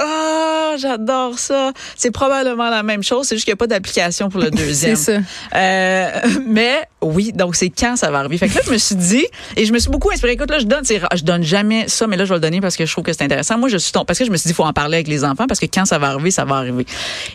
[SPEAKER 4] ah, j'adore ça. C'est probablement la même chose, c'est juste qu'il n'y a pas d'application pour le deuxième.
[SPEAKER 3] C'est
[SPEAKER 4] Euh, mais oui, donc c'est quand ça va arriver. Fait que là, je me suis dit, et je me suis beaucoup inspirée. Écoute, là, je donne, c'est ra- je donne jamais ça, mais là, je vais le donner parce que je trouve que c'est intéressant. Moi, je suis tombée, parce que je me suis dit, faut en parler avec les enfants parce que quand ça va arriver, ça va arriver.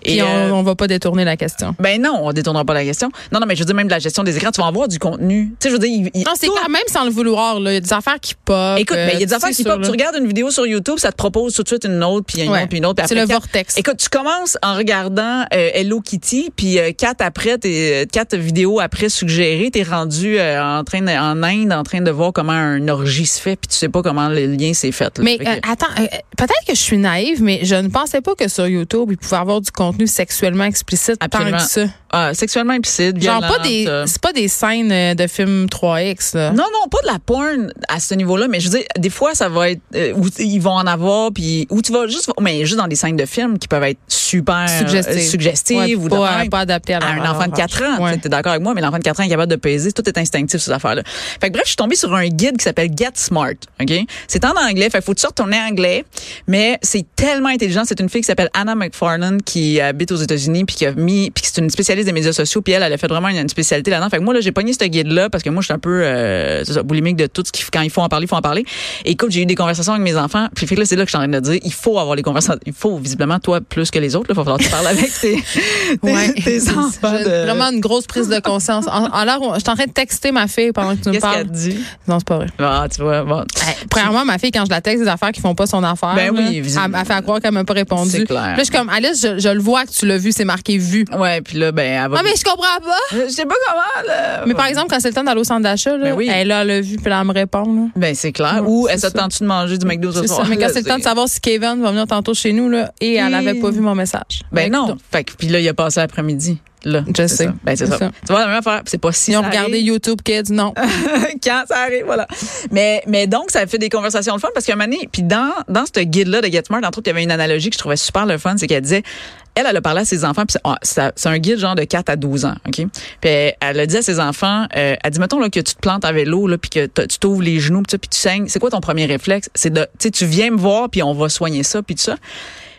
[SPEAKER 3] Puis on,
[SPEAKER 4] euh,
[SPEAKER 3] on va pas détourner la question.
[SPEAKER 4] ben non, on détournera pas la question. Non, non, mais je veux dire, même de la gestion des écrans, tu vas en voir du contenu. Tu sais, je veux dire, il- il-
[SPEAKER 3] Non, c'est
[SPEAKER 4] tout-
[SPEAKER 3] quand même sans le vouloir, là. Il y a des affaires qui euh, pop.
[SPEAKER 4] Écoute, ben, il y a des affaires qui pop. Tu
[SPEAKER 3] regardes.
[SPEAKER 4] regardes une vidéo sur YouTube, ça te propose tout de suite une autre, puis une
[SPEAKER 3] Ouais.
[SPEAKER 4] autre, puis une autre. puis
[SPEAKER 3] C'est
[SPEAKER 4] après,
[SPEAKER 3] le
[SPEAKER 4] Kat-
[SPEAKER 3] vortex.
[SPEAKER 4] Écoute, tu commences en regardant euh, Hello Kitty, puis euh, quatre après, t'es, euh, quatre vidéos après suggérées, t'es rendu euh, en train de- en Inde, en train de voir comment un orgie se fait, puis tu sais pas comment le lien s'est fait. là.
[SPEAKER 3] Mais
[SPEAKER 4] Fait que-
[SPEAKER 3] euh, attends, euh, peut-être que je suis naïve, mais je ne pensais pas que sur YouTube, il pouvait avoir du contenu sexuellement explicite
[SPEAKER 4] Absolument.
[SPEAKER 3] tant que ça.
[SPEAKER 4] Ah, sexuellement implicite,
[SPEAKER 3] euh, Genre
[SPEAKER 4] violente,
[SPEAKER 3] pas des
[SPEAKER 4] euh.
[SPEAKER 3] c'est pas des scènes euh, de films 3X là.
[SPEAKER 4] Non, non, pas de la porn à ce niveau-là, mais je veux dire, des fois, ça va être, euh, où t- ils vont en avoir, puis, où tu vas juste, mais juste dans des scènes de films qui peuvent être super euh,
[SPEAKER 3] Suggestives.
[SPEAKER 4] suggestives
[SPEAKER 3] Ouais,
[SPEAKER 4] ou de
[SPEAKER 3] pas,
[SPEAKER 4] même.
[SPEAKER 3] pas adapté à,
[SPEAKER 4] à
[SPEAKER 3] leur-
[SPEAKER 4] un enfant
[SPEAKER 3] leur
[SPEAKER 4] de 4
[SPEAKER 3] âge.
[SPEAKER 4] ans.
[SPEAKER 3] Ouais.
[SPEAKER 4] Tu es d'accord avec moi, mais l'enfant de 4 ans est capable de peser. Tout est instinctif, ces affaires-là. Fait que bref, je suis tombée sur un guide qui s'appelle Get Smart. OK? C'est en anglais. Fait que faut que tu retournes en anglais. Mais c'est tellement intelligent. C'est une fille qui s'appelle Anna McFarlane qui habite aux États-Unis puis qui a mis, puis qui c'est une spécialiste des médias sociaux puis elle, elle a fait vraiment une, une spécialité là-dedans. Fait que moi, là, j'ai pogné ce guide-là parce que moi, je suis un peu, euh, c'est ça, boulimique de tout ce qui, quand il faut en parler, il faut en parler. Et écoute, j'ai eu des conversations avec mes enfants puis fait que là, c'est là que je suis en train de dire, il faut avoir les conversations. Il faut, visiblement, toi, plus que les autres, là. Faut falloir que tu parles avec tes, tes,
[SPEAKER 3] Ouais.
[SPEAKER 4] tes enfants
[SPEAKER 3] J'ai
[SPEAKER 4] de-
[SPEAKER 3] Vraiment une grosse prise de conscience. En, en l'air, on- je suis en train de texter ma fille pendant que tu me
[SPEAKER 4] Qu'est-ce
[SPEAKER 3] parles.
[SPEAKER 4] qu'elle dit?
[SPEAKER 3] Non, c'est pas vrai.
[SPEAKER 4] Ah, tu vois, bon.
[SPEAKER 3] Hey, premièrement, ma fille, quand je la texte des affaires qui font pas son affaire,
[SPEAKER 4] Ben oui,
[SPEAKER 3] là,
[SPEAKER 4] évidemment.
[SPEAKER 3] elle, elle fait à croire qu'elle m'a pas répondu.
[SPEAKER 4] C'est clair.
[SPEAKER 3] Puis là, je suis comme, Alice, je, je le vois que tu l'as vu, c'est marqué vu.
[SPEAKER 4] Ouais, puis là, ben, elle va.
[SPEAKER 3] Ah, mais je comprends pas.
[SPEAKER 4] Je sais pas comment, là.
[SPEAKER 3] Mais par exemple, quand c'est le temps d'aller au centre d'achat, là,
[SPEAKER 4] Ben oui.
[SPEAKER 3] elle, là, elle l'a vu, puis là, elle me répond. là.
[SPEAKER 4] Ben, c'est clair.
[SPEAKER 3] Ouais,
[SPEAKER 4] Ou
[SPEAKER 3] c'est
[SPEAKER 4] elle
[SPEAKER 3] ça.
[SPEAKER 4] s'attend-tu de manger du McDo ce
[SPEAKER 3] C'est
[SPEAKER 4] soir?
[SPEAKER 3] ça. Mais quand
[SPEAKER 4] Là,
[SPEAKER 3] c'est le temps de savoir si Kevin va venir tantôt chez nous, là, et elle
[SPEAKER 4] Hi.
[SPEAKER 3] avait pas vu mon message.
[SPEAKER 4] Ben, non.
[SPEAKER 3] écoute,
[SPEAKER 4] Fait que, puis là, il a passé l'après-midi. Là.
[SPEAKER 3] Je
[SPEAKER 4] C'est
[SPEAKER 3] sais.
[SPEAKER 4] ça. Ben, c'est
[SPEAKER 3] C'est
[SPEAKER 4] ça.
[SPEAKER 3] ça.
[SPEAKER 4] Tu vois, la même affaire. C'est pas si.
[SPEAKER 3] Ils ont
[SPEAKER 4] ça
[SPEAKER 3] regardé
[SPEAKER 4] arrive.
[SPEAKER 3] YouTube Kids, non.
[SPEAKER 4] quand ça arrive, voilà. Mais, mais donc, ça fait des conversations le fun parce qu'à un moment donné, puis dans, dans ce guide-là de Get Smart, entre autres, il y avait une analogie que je trouvais super le fun, c'est qu'elle disait, elle, elle a parlé à ses enfants, puis c'est- ah, ça- c'est un guide genre de 4 à 12 ans, OK? Puis elle elle a dit à ses enfants, euh, elle dit, mettons là, que tu te plantes à vélo, là, puis que t'as- tu t'ouvres les genoux, puis ça, puis tu saignes, c'est quoi ton premier réflexe? C'est de, tu sais, tu viens me voir, puis on va soigner ça, puis tout ça.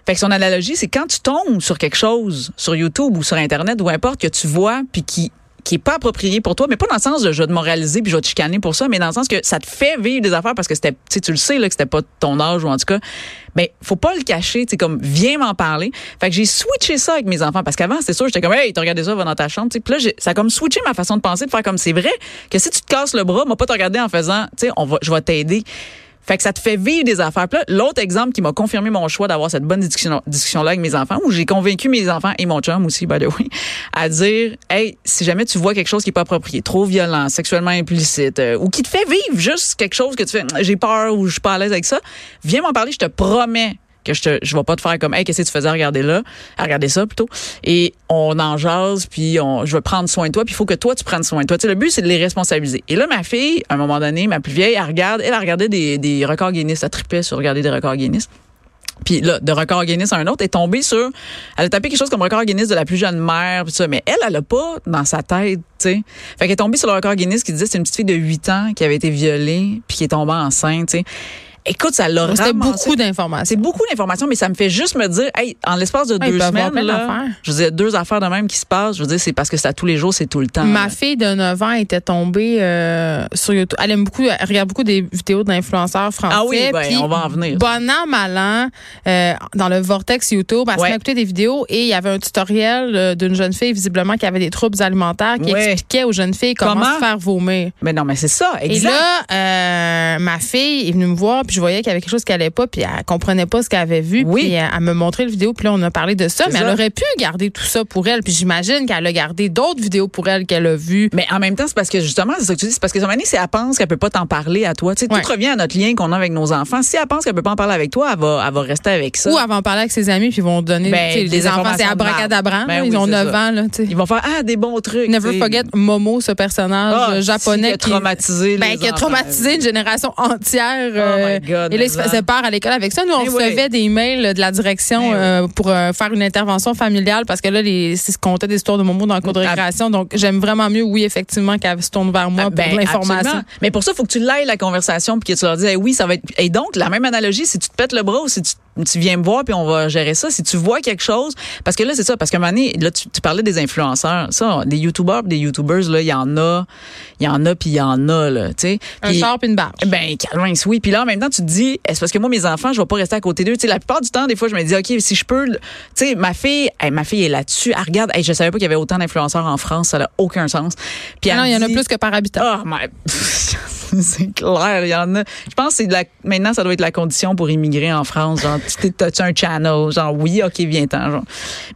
[SPEAKER 4] Fait que son analogie, c'est quand tu tombes sur quelque chose, sur YouTube ou sur Internet, ou importe, que tu vois, puis qui qui est pas approprié pour toi, mais pas dans le sens de je vais te moraliser puis je vais te chicaner pour ça, mais dans le sens que ça te fait vivre des affaires parce que c'était, tu sais, tu le sais là que c'était pas ton âge ou en tout cas, mais faut pas le cacher, tu sais comme viens m'en parler. Fait que j'ai switché ça avec mes enfants parce qu'avant c'était sûr j'étais comme hey t'as regardé ça va dans ta chambre, tu sais, puis là j'ai- ça a comme switché ma façon de penser de faire comme c'est vrai que si tu te casses le bras, moi pas te regarder en faisant, tu sais on va je vais t'aider. Fait que ça te fait vivre des affaires. Puis là, l'autre exemple qui m'a confirmé mon choix d'avoir cette bonne discussion, discussion-là avec mes enfants, où j'ai convaincu mes enfants et mon chum aussi, by the way, à dire, hey, si jamais tu vois quelque chose qui est pas approprié, trop violent, sexuellement implicite, euh, ou qui te fait vivre juste quelque chose que tu fais, j'ai peur ou je suis pas à l'aise avec ça, viens m'en parler, je te promets que je te, je vais pas te faire comme, hey, qu'est-ce que tu faisais à regarder là, à regarder ça plutôt. Et on en jase, puis on, je veux prendre soin de toi, puis il faut que toi, tu prennes soin de toi. Tu sais, le but, c'est de les responsabiliser. Et là, ma fille, à un moment donné, ma plus vieille, elle regarde, elle a regardé des, des records Guinness, elle tripait sur regarder des records Guinness. Puis là, de record Guinness à un autre, est tombée sur. Elle a tapé quelque chose comme record Guinness de la plus jeune mère, puis ça. Mais elle, elle l'a pas dans sa tête, tu sais. Fait qu'elle est tombée sur le record Guinness qui disait que c'est une petite fille de 8 ans qui avait été violée, puis qui est tombée enceinte, tu sais. Écoute, ça l'a
[SPEAKER 3] C'était
[SPEAKER 4] ramassée.
[SPEAKER 3] beaucoup d'informations.
[SPEAKER 4] C'est beaucoup d'informations, mais ça me fait juste me dire, hey, en l'espace de
[SPEAKER 3] Ah, il
[SPEAKER 4] deux
[SPEAKER 3] peut avoir
[SPEAKER 4] semaines,
[SPEAKER 3] plein
[SPEAKER 4] là,
[SPEAKER 3] d'affaires.
[SPEAKER 4] je veux dire, deux affaires de même qui se passent. Je veux dire, c'est parce que c'est à tous les jours, c'est tout le temps.
[SPEAKER 3] Ma
[SPEAKER 4] là.
[SPEAKER 3] fille de 9 ans était tombée euh, sur YouTube. Elle aime beaucoup, elle regarde beaucoup des vidéos d'influenceurs français.
[SPEAKER 4] Ah oui, ben,
[SPEAKER 3] puis
[SPEAKER 4] on va en venir.
[SPEAKER 3] Bon an, mal an, euh, dans le vortex YouTube, elle se
[SPEAKER 4] Ouais.
[SPEAKER 3] met à écouter des vidéos et il y avait un tutoriel euh, d'une jeune fille, visiblement, qui avait des troubles alimentaires, qui
[SPEAKER 4] Ouais.
[SPEAKER 3] expliquait aux jeunes filles comment,
[SPEAKER 4] Comment?
[SPEAKER 3] se faire vomir.
[SPEAKER 4] Mais non, mais c'est ça, exact.
[SPEAKER 3] Et là, euh, ma fille est venue me voir, puis je voyais qu'il y avait quelque chose qu'elle allait pas, puis elle comprenait pas ce qu'elle avait vu,
[SPEAKER 4] Oui.
[SPEAKER 3] puis elle, elle me montrait la vidéo, puis là on a parlé de ça,
[SPEAKER 4] C'est
[SPEAKER 3] mais
[SPEAKER 4] ça.
[SPEAKER 3] elle aurait pu garder tout ça pour elle, puis j'imagine qu'elle a gardé d'autres vidéos pour elle qu'elle a vues.
[SPEAKER 4] Mais en même temps, c'est parce que justement, c'est ça que tu dis, c'est parce que son année, c'est elle pense qu'elle peut pas t'en parler à toi. Tu sais,
[SPEAKER 3] Ouais.
[SPEAKER 4] tout revient à notre lien qu'on a avec nos enfants. Si elle pense qu'elle peut pas en parler avec toi, elle va, elle va rester avec ça.
[SPEAKER 3] Ou avant de parler avec ses amis, puis ils vont donner
[SPEAKER 4] Ben,
[SPEAKER 3] tu sais,
[SPEAKER 4] des
[SPEAKER 3] les enfants, c'est
[SPEAKER 4] informations de marde.
[SPEAKER 3] abracadabra,
[SPEAKER 4] Ben
[SPEAKER 3] là,
[SPEAKER 4] oui,
[SPEAKER 3] ils ont
[SPEAKER 4] c'est
[SPEAKER 3] 9
[SPEAKER 4] ça.
[SPEAKER 3] ans là, tu sais.
[SPEAKER 4] Ils vont faire ah des bons trucs. tu
[SPEAKER 3] Never
[SPEAKER 4] sais.
[SPEAKER 3] forget Momo, ce personnage
[SPEAKER 4] Ah,
[SPEAKER 3] euh,
[SPEAKER 4] si,
[SPEAKER 3] japonais
[SPEAKER 4] qui a traumatisé
[SPEAKER 3] ben,
[SPEAKER 4] les
[SPEAKER 3] qui a
[SPEAKER 4] enfants. Oh
[SPEAKER 3] traumatisé une génération entière. euh,
[SPEAKER 4] my God,
[SPEAKER 3] et là, il se
[SPEAKER 4] mais
[SPEAKER 3] faisait
[SPEAKER 4] ça.
[SPEAKER 3] peur à l'école avec ça. Nous, on
[SPEAKER 4] Eh
[SPEAKER 3] recevait
[SPEAKER 4] oui.
[SPEAKER 3] des emails de la direction
[SPEAKER 4] Eh oui.
[SPEAKER 3] euh, pour euh, faire une intervention familiale parce que là, les, c'est ce qu'on comptait des histoires de Momo dans le cours de
[SPEAKER 4] Ah.
[SPEAKER 3] récréation. Donc, j'aime vraiment mieux, oui, effectivement, qu'elle se tourne vers moi
[SPEAKER 4] Ah, ben,
[SPEAKER 3] pour de l'information.
[SPEAKER 4] absolument. Mais pour ça, il faut que tu l'ailles la conversation puis que tu leur dises, Eh oui, ça va être. Et donc, la même analogie, si tu te pètes le bras ou si tu tu viens me voir puis on va gérer ça. Si tu vois quelque chose, parce que là, c'est ça, parce qu'à un moment donné, là, tu, tu parlais des influenceurs. Ça, on- des YouTubers pis des YouTubers, là, il y en a, il y en a puis il y en a, là, tu sais.
[SPEAKER 3] Un
[SPEAKER 4] Puis-
[SPEAKER 3] char puis une barge.
[SPEAKER 4] ben, calme, oui. Puis là, en même temps, tu te dis, est-ce parce que moi, mes enfants, je vais pas rester à côté d'eux. Tu sais, la plupart du temps, des fois, je me dis, OK, si je peux, le- tu sais, ma fille, hey, ma fille est là-dessus. Elle regarde, hey, je savais pas qu'il y avait autant d'influenceurs en France. Ça n'a aucun sens. Puis
[SPEAKER 3] Ah non,
[SPEAKER 4] elle
[SPEAKER 3] il y en a
[SPEAKER 4] dit-
[SPEAKER 3] plus que par habitant.
[SPEAKER 4] Oh, my. c'est clair, il y en a. Je pense que c'est de la, maintenant, ça doit être la condition pour immigrer en France. Genre, tu t'es- t'as-tu un channel? Genre, oui, OK, viens-t'en. genre.
[SPEAKER 3] Moi,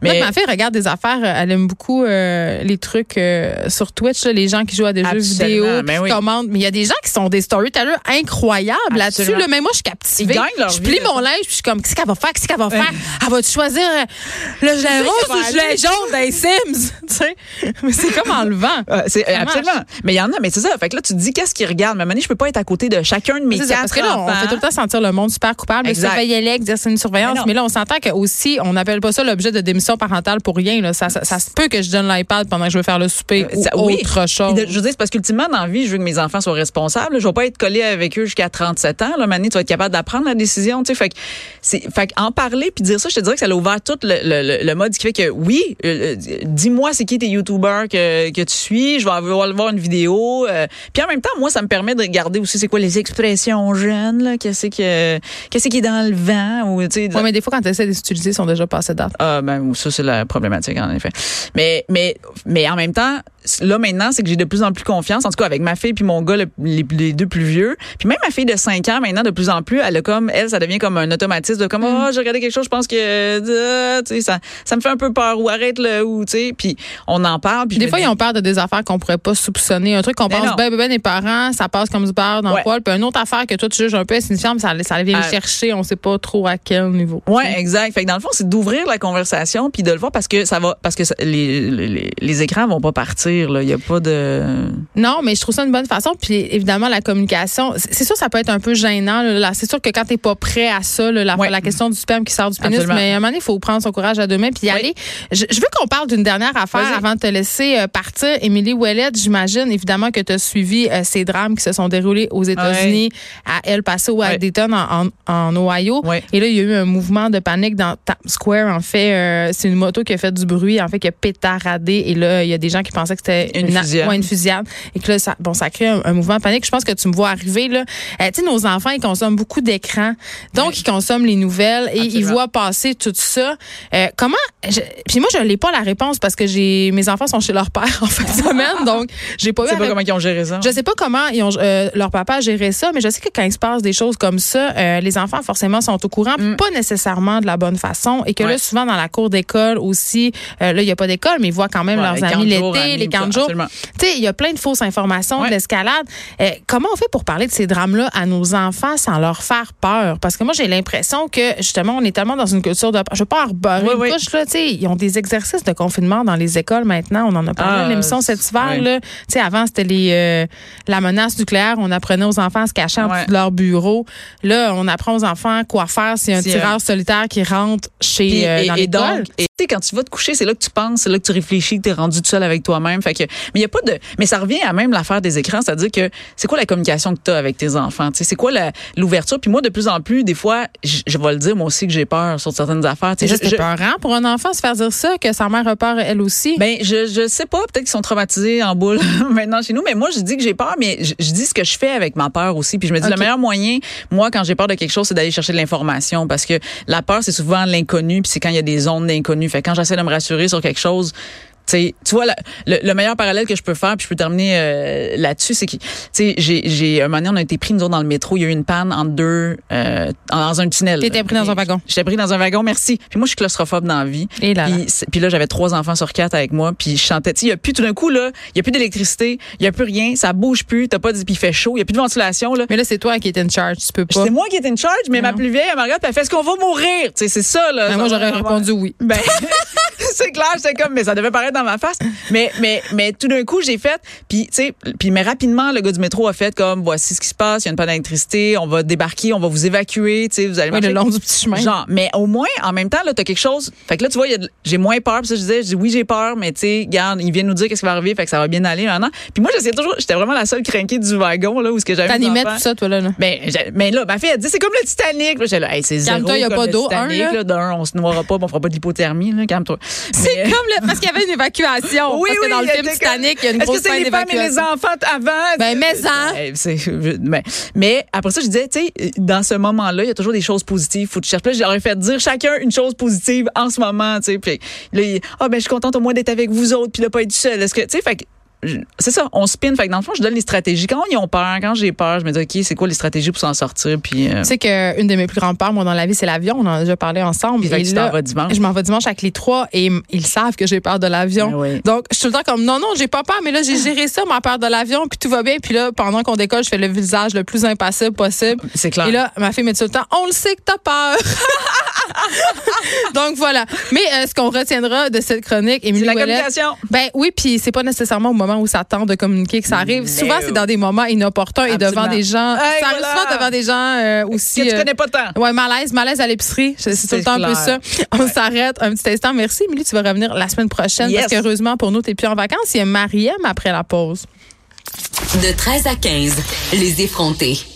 [SPEAKER 4] Mais,
[SPEAKER 3] ma fille regarde des affaires, euh, elle aime beaucoup euh, les trucs euh, sur Twitch, là, les gens qui jouent à des jeux
[SPEAKER 4] Absolument,
[SPEAKER 3] vidéo,
[SPEAKER 4] ben
[SPEAKER 3] qui
[SPEAKER 4] oui.
[SPEAKER 3] commandent. Mais il y a des gens qui sont des storytellers incroyables là-dessus.
[SPEAKER 4] Absolument.
[SPEAKER 3] Là, mais moi, je suis captivée.
[SPEAKER 4] Ils gagnent leur
[SPEAKER 3] je
[SPEAKER 4] vie
[SPEAKER 3] plie
[SPEAKER 4] de
[SPEAKER 3] mon linge, puis je suis comme, qu'est-ce qu'elle va faire, qu'est-ce qu'elle va faire? Elle va choisir euh, le gilet rose ou le gilet jaune des Sims, tu sais? Mais c'est comme enlevant.
[SPEAKER 4] euh, c'est, euh,
[SPEAKER 3] Ça marche.
[SPEAKER 4] absolument. Mais il y en a, mais c'est ça. Fait que là, tu te dis, qu'est-ce qu'ils regardent? Mais à un moment donné, je peux pas être à côté de chacun de mes
[SPEAKER 3] C'est
[SPEAKER 4] quatre
[SPEAKER 3] ça, parce que là, on
[SPEAKER 4] enfants.
[SPEAKER 3] fait tout le temps sentir le monde super coupable, mais
[SPEAKER 4] Exact.
[SPEAKER 3] surveiller l'ex, dire c'est une surveillance.
[SPEAKER 4] Mais
[SPEAKER 3] Mais,
[SPEAKER 4] non.
[SPEAKER 3] là, on s'entend que aussi, on n'appelle pas ça l'objet de démission parentale pour rien. Là. Ça, ça, ça se peut que je donne l'iPad pendant que je vais faire le souper ou
[SPEAKER 4] Euh, Ça- oui.
[SPEAKER 3] autre chose.
[SPEAKER 4] Puis de- je veux dire, c'est parce qu'ultimement, dans la vie, je veux que mes enfants soient responsables. Je ne vais pas être collée avec eux jusqu'à 37 ans. Là, Mané, tu vas être capable d'apprendre la décision. Tu sais, fait que, c'est, fait que en parler puis dire ça, je te dirais que ça l'a ouvert tout le, le- le- le mode qui fait que oui, euh, euh, dis-moi c'est qui tes YouTubers que, que tu suis. Je vais avoir voir une vidéo. euh, puis en même temps, moi, ça me permet de regarder aussi c'est quoi les expressions jeunes. là, Qu'est-ce que qu'est-ce qui est dans le vent ou tu sais.
[SPEAKER 3] Ouais, mais des fois, quand tu essaies de les utiliser, ils sont déjà passés date.
[SPEAKER 4] Ah ben ça c'est la problématique en effet. Mais mais mais en même temps là maintenant c'est que j'ai de plus en plus confiance en tout cas avec ma fille puis mon gars le- les, les deux plus vieux. Puis même ma fille de 5 ans maintenant de plus en plus elle a comme elle ça devient comme un automatisme de comme
[SPEAKER 3] Mm.
[SPEAKER 4] oh j'ai regardé quelque chose je pense que euh, tu sais ça ça me fait un peu peur ou arrête le ou tu sais puis on en parle puis
[SPEAKER 3] Des
[SPEAKER 4] je me
[SPEAKER 3] fois,
[SPEAKER 4] dis,
[SPEAKER 3] ils ont peur de des affaires qu'on pourrait pas soupçonner. Un truc qu'on
[SPEAKER 4] Mais
[SPEAKER 3] pense,
[SPEAKER 4] non.
[SPEAKER 3] ben, ben, ben, les parents, ça passe comme du beurre dans
[SPEAKER 4] Ouais.
[SPEAKER 3] le poil. Puis une autre affaire que toi, tu juges un peu insignifiante, ça, ça vient
[SPEAKER 4] Ah.
[SPEAKER 3] le chercher, on sait pas trop à quel niveau.
[SPEAKER 4] Ouais, exact. Fait que dans le fond, c'est d'ouvrir la conversation puis de le voir parce que ça va parce que ça- les, les les écrans vont pas partir là, il y a pas de
[SPEAKER 3] Non, mais je trouve ça une bonne façon. Puis évidemment, la communication, c'est c'est sûr ça peut être un peu gênant. là. Là, C'est sûr que quand t'es pas prêt à ça, là, la,
[SPEAKER 4] Ouais.
[SPEAKER 3] la question du sperme qui sort du pénis,
[SPEAKER 4] Absolument.
[SPEAKER 3] mais à un moment donné, il faut prendre son courage à deux mains puis y
[SPEAKER 4] Oui.
[SPEAKER 3] aller. Je, je veux qu'on parle d'une dernière affaire
[SPEAKER 4] Vas-y.
[SPEAKER 3] avant de te laisser euh, partir. Émilie Ouellet, j'imagine évidemment que tu as suivi euh, ces drames qui se sont déroulés aux États-Unis, à El Paso ou à
[SPEAKER 4] Ouais.
[SPEAKER 3] Dayton en, en- en Ohio.
[SPEAKER 4] Ouais.
[SPEAKER 3] Et là, il y a eu un mouvement de panique dans Times Square. En fait, euh, c'est une moto qui a fait du bruit, en fait, qui a pétaradé. Et là, il y a des gens qui pensaient que c'était
[SPEAKER 4] Une fusillade.
[SPEAKER 3] ouais, une fusillade. Et que là, ça, bon, ça crée un, un mouvement de panique. Je pense que tu me vois arriver, là. Euh, tu sais, nos enfants, ils consomment beaucoup d'écrans. Donc, ils consomment les nouvelles et ils
[SPEAKER 4] Absolument.
[SPEAKER 3] voient passer tout ça. Euh, comment, je- puis moi, je n'ai pas la réponse parce que j'ai, mes enfants sont chez leur père en fin de semaine. Donc, j'ai pas eu
[SPEAKER 4] Je sais
[SPEAKER 3] la
[SPEAKER 4] pas comment ils ont géré ça.
[SPEAKER 3] je sais pas comment ils ont, euh, leur papa gérait ça, mais je sais que quand il se passe des choses comme ça, euh, les enfants forcément sont au courant, pas nécessairement de la bonne façon, et que là
[SPEAKER 4] Mm. Ouais.
[SPEAKER 3] souvent dans la cour d'école aussi, euh, là il y a pas d'école, mais ils voient quand même
[SPEAKER 4] Ouais, les
[SPEAKER 3] leurs
[SPEAKER 4] camps
[SPEAKER 3] amis
[SPEAKER 4] de jour,
[SPEAKER 3] l'été,
[SPEAKER 4] amis,
[SPEAKER 3] les camps de
[SPEAKER 4] ça,
[SPEAKER 3] jour.
[SPEAKER 4] absolument.
[SPEAKER 3] Tu sais, il y a plein de fausses informations
[SPEAKER 4] Ouais.
[SPEAKER 3] de l'escalade. Euh, comment on fait pour parler de ces drames-là à nos enfants sans leur faire peur Parce que moi j'ai l'impression que justement on est tellement dans une culture de, je veux pas en rebeurrer
[SPEAKER 4] Oui,
[SPEAKER 3] une
[SPEAKER 4] oui.
[SPEAKER 3] couche là, tu sais, ils ont des exercices de confinement dans les écoles maintenant, on en a parlé
[SPEAKER 4] Ah,
[SPEAKER 3] à l'émission cet
[SPEAKER 4] c'est-
[SPEAKER 3] hiver
[SPEAKER 4] ouais.
[SPEAKER 3] là. Tu sais, avant, c'était les, euh, la menace nucléaire. On apprenait aux enfants à se cacher en
[SPEAKER 4] Ouais.
[SPEAKER 3] dessous de leur bureau. Là, on apprend aux enfants quoi faire si un
[SPEAKER 4] Si, euh,
[SPEAKER 3] tireur solitaire qui rentre chez,
[SPEAKER 4] Puis,
[SPEAKER 3] euh, dans l'école.
[SPEAKER 4] donc, et, tu sais, quand tu vas te coucher, c'est là que tu penses, c'est là que tu réfléchis, que tu es rendu tout seul avec toi-même. Fait que, mais il y a pas de, mais ça revient à même l'affaire des écrans, c'est-à-dire que c'est quoi la communication que tu as avec tes enfants, tu sais, c'est quoi la- l'ouverture. Puis moi, de plus en plus, des fois, je, je vais le dire moi aussi que j'ai peur sur certaines affaires. tu
[SPEAKER 3] C'est
[SPEAKER 4] sais,
[SPEAKER 3] juste
[SPEAKER 4] je- je-
[SPEAKER 3] peurant pour un enfant se faire dire ça, que sa mère a peur elle aussi.
[SPEAKER 4] ben, je, je sais pas, peut-être qu'ils sont traumatisés en boule maintenant chez nous, mais moi, je dis que j'ai peur, mais je, je dis ce que je fais avec ma peur aussi. Puis je me dis,
[SPEAKER 3] Ok.
[SPEAKER 4] le meilleur moyen, moi, quand j'ai peur de quelque chose, c'est d'aller chercher de l'information parce que la peur, c'est souvent l'inconnu, puis c'est quand il y a des zones d'inconnu. Fait que quand j'essaie de me rassurer sur quelque chose, tu sais, tu vois, la- le, le meilleur parallèle que je peux faire, puis je peux terminer euh, là-dessus, c'est que, tu sais, j'ai, j'ai, un moment donné, on a été pris, nous autres, dans le métro, il y a eu une panne en deux, euh, dans un tunnel.
[SPEAKER 3] T'étais pris dans un wagon.
[SPEAKER 4] J'étais pris dans un wagon, merci. Puis moi, je suis claustrophobe dans la vie.
[SPEAKER 3] Et là là.
[SPEAKER 4] Puis, c'est- puis là, j'avais trois enfants sur quatre avec moi. Puis je chantais. Tu sais, il y a plus tout d'un coup là, il y a plus d'électricité, il y a plus rien, ça bouge plus. T'as pas dit, puis il fait chaud, il y a plus de ventilation là.
[SPEAKER 3] Mais là, c'est toi qui étais in charge. Tu peux pas.
[SPEAKER 4] C'est moi qui étais in charge, mais ma plus vieille, elle me regarde, puis elle fait est-ce qu'on va mourir? Tu sais, c'est ça, là.
[SPEAKER 3] Ben, moi, Ben, j'aurais répondu oui.
[SPEAKER 4] Ben, c'est clair, j'étais comme, mais ça devait paraître dans ma face. Mais, mais, mais tout d'un coup, j'ai fait. Puis, tu sais, puis, mais rapidement, le gars du métro a fait comme voici ce qui se passe, il y a une panne d'électricité, on va débarquer, on va vous évacuer, tu sais, vous allez
[SPEAKER 3] Oui,
[SPEAKER 4] marcher.
[SPEAKER 3] le long du petit chemin.
[SPEAKER 4] Genre, mais au moins, en même temps, là, t'as quelque chose. Fait que là, tu vois, il y a de- j'ai moins peur. Puis ça, je disais, je dis, oui, j'ai peur, mais tu sais, regarde, ils viennent nous dire qu'est-ce qui va arriver, fait que ça va bien aller maintenant. Puis moi, j'essayais toujours, j'étais vraiment la seule craquée du wagon, là, où ce que j'avais. mes
[SPEAKER 3] T'animais
[SPEAKER 4] enfants.
[SPEAKER 3] tout ça, toi, là. là.
[SPEAKER 4] Ben, j'ai- mais là, ma fille, elle dit, c'est comme le Titanic. Là, J'étais là, hey, c'est zéro
[SPEAKER 3] Calme-toi, y a
[SPEAKER 4] comme
[SPEAKER 3] pas
[SPEAKER 4] le
[SPEAKER 3] d'eau, un,
[SPEAKER 4] Titanic,
[SPEAKER 3] là.
[SPEAKER 4] là. D'un, on se noiera pas, puis on fera pas de l'hypothermie, là, calme-toi.
[SPEAKER 3] C'est
[SPEAKER 4] Mais- euh,
[SPEAKER 3] comme le. Parce qu'il y avait une évacuation. Oh, parce que dans le
[SPEAKER 4] il y a
[SPEAKER 3] film
[SPEAKER 4] quelqu'un-
[SPEAKER 3] Titanic, il y a une grosse
[SPEAKER 4] Est-ce que
[SPEAKER 3] scène
[SPEAKER 4] c'est les femmes et les
[SPEAKER 3] d'évacuation.
[SPEAKER 4] enfants t- avant?
[SPEAKER 3] Ben, mais-en.
[SPEAKER 4] Eh, c'est- je- ben, mais après ça, je disais, tu sais, dans ce moment-là, il y a toujours des choses positives. Faut que tu cherches. Puis là, J'aurais fait dire chacun une chose positive en ce moment, tu sais. Puis là, il- ah, ben, je suis contente au moins d'être avec vous autres, puis de pas être seule. Est-ce que, tu sais, fait que, je- c'est ça, on spin. Fait que dans le fond, je donne les stratégies. Quand ils ont peur, quand j'ai peur, je me dis, OK, c'est quoi les stratégies pour s'en sortir? Puis, euh,
[SPEAKER 3] Tu sais qu'une de mes plus grandes peurs, moi, dans la vie, c'est l'avion. On en a déjà parlé ensemble.
[SPEAKER 4] Fait que tu
[SPEAKER 3] là,
[SPEAKER 4] t'en vas dimanche.
[SPEAKER 3] Je m'en vais dimanche avec les trois et m- ils savent que j'ai peur de l'avion.
[SPEAKER 4] Ah oui.
[SPEAKER 3] Donc, je suis tout le temps comme, non, non, j'ai pas peur, mais là, j'ai géré ça, ma peur de l'avion, puis tout va bien. Puis là, pendant qu'on décolle, je fais le visage le plus impassible possible.
[SPEAKER 4] C'est clair.
[SPEAKER 3] Et là, ma fille me dit tout le temps, on le sait que t'as peur. Donc, voilà. Mais euh, ce qu'on retiendra de cette chronique, Émilie
[SPEAKER 4] c'est la
[SPEAKER 3] Ouellet-
[SPEAKER 4] communication.
[SPEAKER 3] ben oui, puis c'est pas nécessairement au moment où ça tente de communiquer que ça arrive. Souvent, c'est dans des moments inopportuns et
[SPEAKER 4] Absolument.
[SPEAKER 3] devant des gens.
[SPEAKER 4] Hey,
[SPEAKER 3] ça arrive
[SPEAKER 4] voilà.
[SPEAKER 3] souvent devant des gens euh, aussi.
[SPEAKER 4] Que tu
[SPEAKER 3] euh,
[SPEAKER 4] connais pas tant.
[SPEAKER 3] Ouais, malaise, malaise à l'épicerie. C'est c'est tout le
[SPEAKER 4] C'est
[SPEAKER 3] temps un peu ça.
[SPEAKER 4] clair.
[SPEAKER 3] On s'arrête un petit instant. Merci, Émilie. Tu vas revenir la semaine prochaine
[SPEAKER 4] Yes.
[SPEAKER 3] parce qu'heureusement pour nous, t'es plus en vacances. Il y a Mariem après la pause.
[SPEAKER 1] De 13 à 15, les effrontés.